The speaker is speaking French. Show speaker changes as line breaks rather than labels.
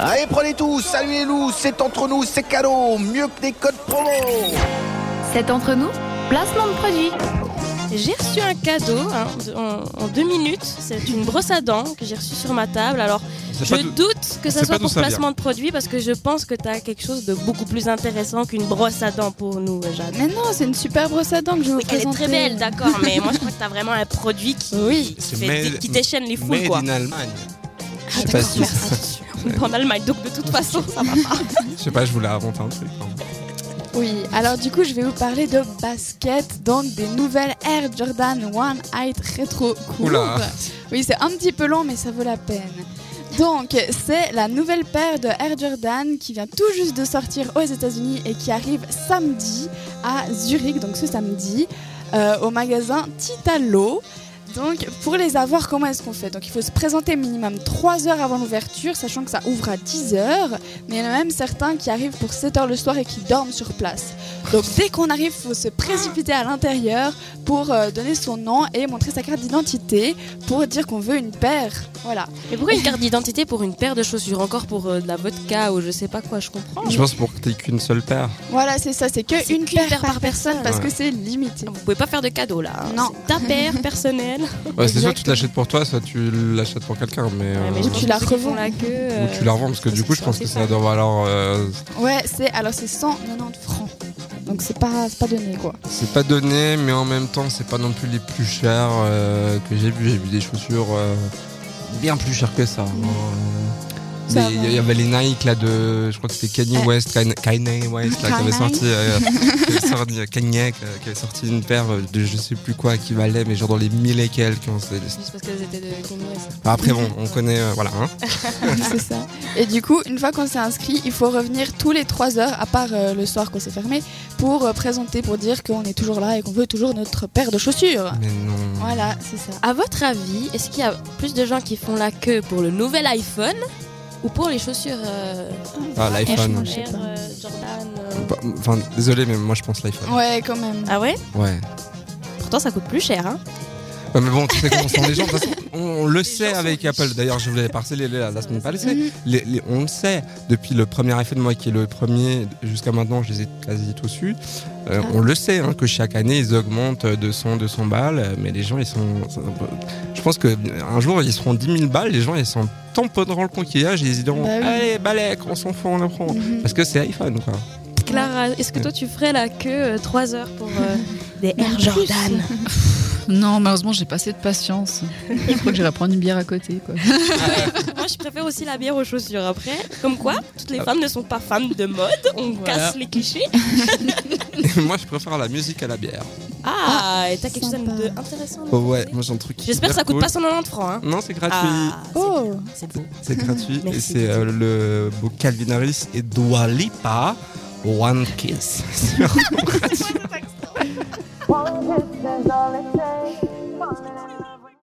Allez, prenez tout, saluez nous c'est entre nous, c'est cadeau, mieux que des codes promo.
C'est entre nous, placement de produit.
J'ai reçu un cadeau hein, de- en, en deux minutes. C'est une brosse à dents que j'ai reçue sur ma table. Alors,
C'est
je
pas d'où-
doute que ça
c'est pas
soit
d'où
pour
ça vient.
placement de produit parce que je pense que tu as quelque chose de beaucoup plus intéressant qu'une brosse à dents pour nous, Jade.
Mais non, c'est une super brosse à dents que je vais vous
Elle est
présenter.
très belle, d'accord, mais moi je crois que t'as vraiment un produit qui,
Oui.
qui
C'est
fait-
made-
qui déchaîne les foules,
Made
quoi.
in Allemagne.
Ah,
sais pas
d'accord,
si-
merci. On est en Allemagne, donc de toute façon, ça va pas.
Je sais pas, je voulais inventer un truc. hein.
Oui, alors du coup, je vais vous parler de basket, donc des nouvelles Air Jordan One Height Retro Court.
Oula.
Oui, c'est un petit peu long, mais ça vaut la peine. Donc, c'est la nouvelle paire de Air Jordan qui vient tout juste de sortir aux États-Unis et qui arrive samedi à Zurich, donc ce samedi, euh, au magasin Titalo. Donc, pour les avoir, comment est-ce qu'on fait Donc, il faut se présenter minimum 3 heures avant l'ouverture, sachant que ça ouvre à 10 heures. Mais il y en a même certains qui arrivent pour 7 heures le soir et qui dorment sur place. Donc, dès qu'on arrive, il faut se précipiter à l'intérieur pour euh, donner son nom et montrer sa carte d'identité pour dire qu'on veut une paire. Voilà.
Mais pourquoi une carte d'identité pour une paire de chaussures Encore pour euh, de la vodka ou je sais pas quoi, je comprends.
Je pense pour que t'aies qu'une seule paire.
Voilà, c'est ça, c'est que
C'est
une
qu'une
paire,
paire
par
par
personne, parce
Ouais.
que c'est limité.
Vous pouvez pas faire de cadeau là. hein.
Non.
C'est Ta paire personnelle.
Ouais, c'est soit tu
Exactement.
l'achètes pour toi, soit tu l'achètes pour quelqu'un. Mais,
Ouais,
euh,
mais je
Ou
pense
tu
que
la
ceux qui font
revends.
la queue. euh,
ou tu la revends parce que du coup, je pense que ça doit valoir. euh,
Ouais, c'est alors c'est 190 francs. Donc c'est pas c'est pas donné quoi.
c'est pas donné, mais en même temps, c'est pas non plus les plus chers euh, que j'ai vu. J'ai vu des chaussures euh, bien plus chères que ça. hein. Euh,
Mm. Ça
mais Il y-
va.
y avait les Nike là de. Je crois que c'était Kanye
Euh.
West, Kanye- Kanye West là, qui avait
Kanye.
sorti. euh, qui avait sorti- Kanye euh, qui avait sorti une paire de je sais plus quoi qui valait, mais genre dans les 1000 et quelques. hein, c'est-
Juste parce qu'elles étaient de Kanye West.
Après, bon, on connaît. euh, voilà. hein.
c'est ça. Et du coup, une fois qu'on s'est inscrit, il faut revenir tous les 3 heures, à part euh, le soir qu'on s'est fermé, pour euh, présenter, pour dire qu'on est toujours là et qu'on veut toujours notre paire de chaussures.
Mais non.
Voilà, c'est ça.
À votre avis, est-ce qu'il y a plus de gens qui font la queue pour le nouvel iPhone ou pour les chaussures euh,
Ah,
Franchement,
l'iPhone.
je sais
Air,
pas.
euh, Jordan euh.
Bah, Enfin, désolé, mais moi je pense l'iPhone.
Ouais, quand même.
Ah ouais
Ouais.
Pourtant, ça coûte plus cher. Hein.
Ouais, mais bon, tu sais comment sont les gens. De toute façon, on, on le sait
gens
avec
sont
Apple.
riches.
D'ailleurs, je voulais parceller la,
C'est
la semaine
vrai,
passée. Les- les- on le sait. Depuis le premier iPhone, moi qui est le premier, jusqu'à maintenant, je les ai quasi tous eus. Euh,
Ah.
On le sait hein, que chaque année, ils augmentent de 100, 200 balles. euh, Mais les gens, ils sont. ça- euh, Je pense qu'un jour, ils seront 10 000 balles. Les gens, ils sont tamponneront le conquillage et ils diront
Bah oui.
Allez, balèque, on s'en fout, on le prend.
Mhm.
Parce que c'est iPhone, quoi.
Clara, est-ce que toi tu ferais la queue 3 heures pour euh, des Air Jordan
Non, malheureusement, j'ai pas assez de patience. Je crois que j'irai prendre une bière à côté. Quoi.
Moi, je préfère aussi la bière aux chaussures après. Comme quoi, toutes
Ah.
les femmes ne sont pas femmes de mode. On
Voilà.
casse les clichés.
moi, je préfère la musique à la bière.
Ah, et t'as quelque
sympa.
chose d'intéressant
Oh ouais, moi j'ai un truc.
J'espère que ça coûte pas 190 francs. Hein.
Non, c'est gratuit.
Ah, c'est-
Oh
c'est beau.
C'est gratuit.
Merci
et c'est euh, le beau Calvin Harris et Dua Lipa. One Kiss.
One kiss is all it takes.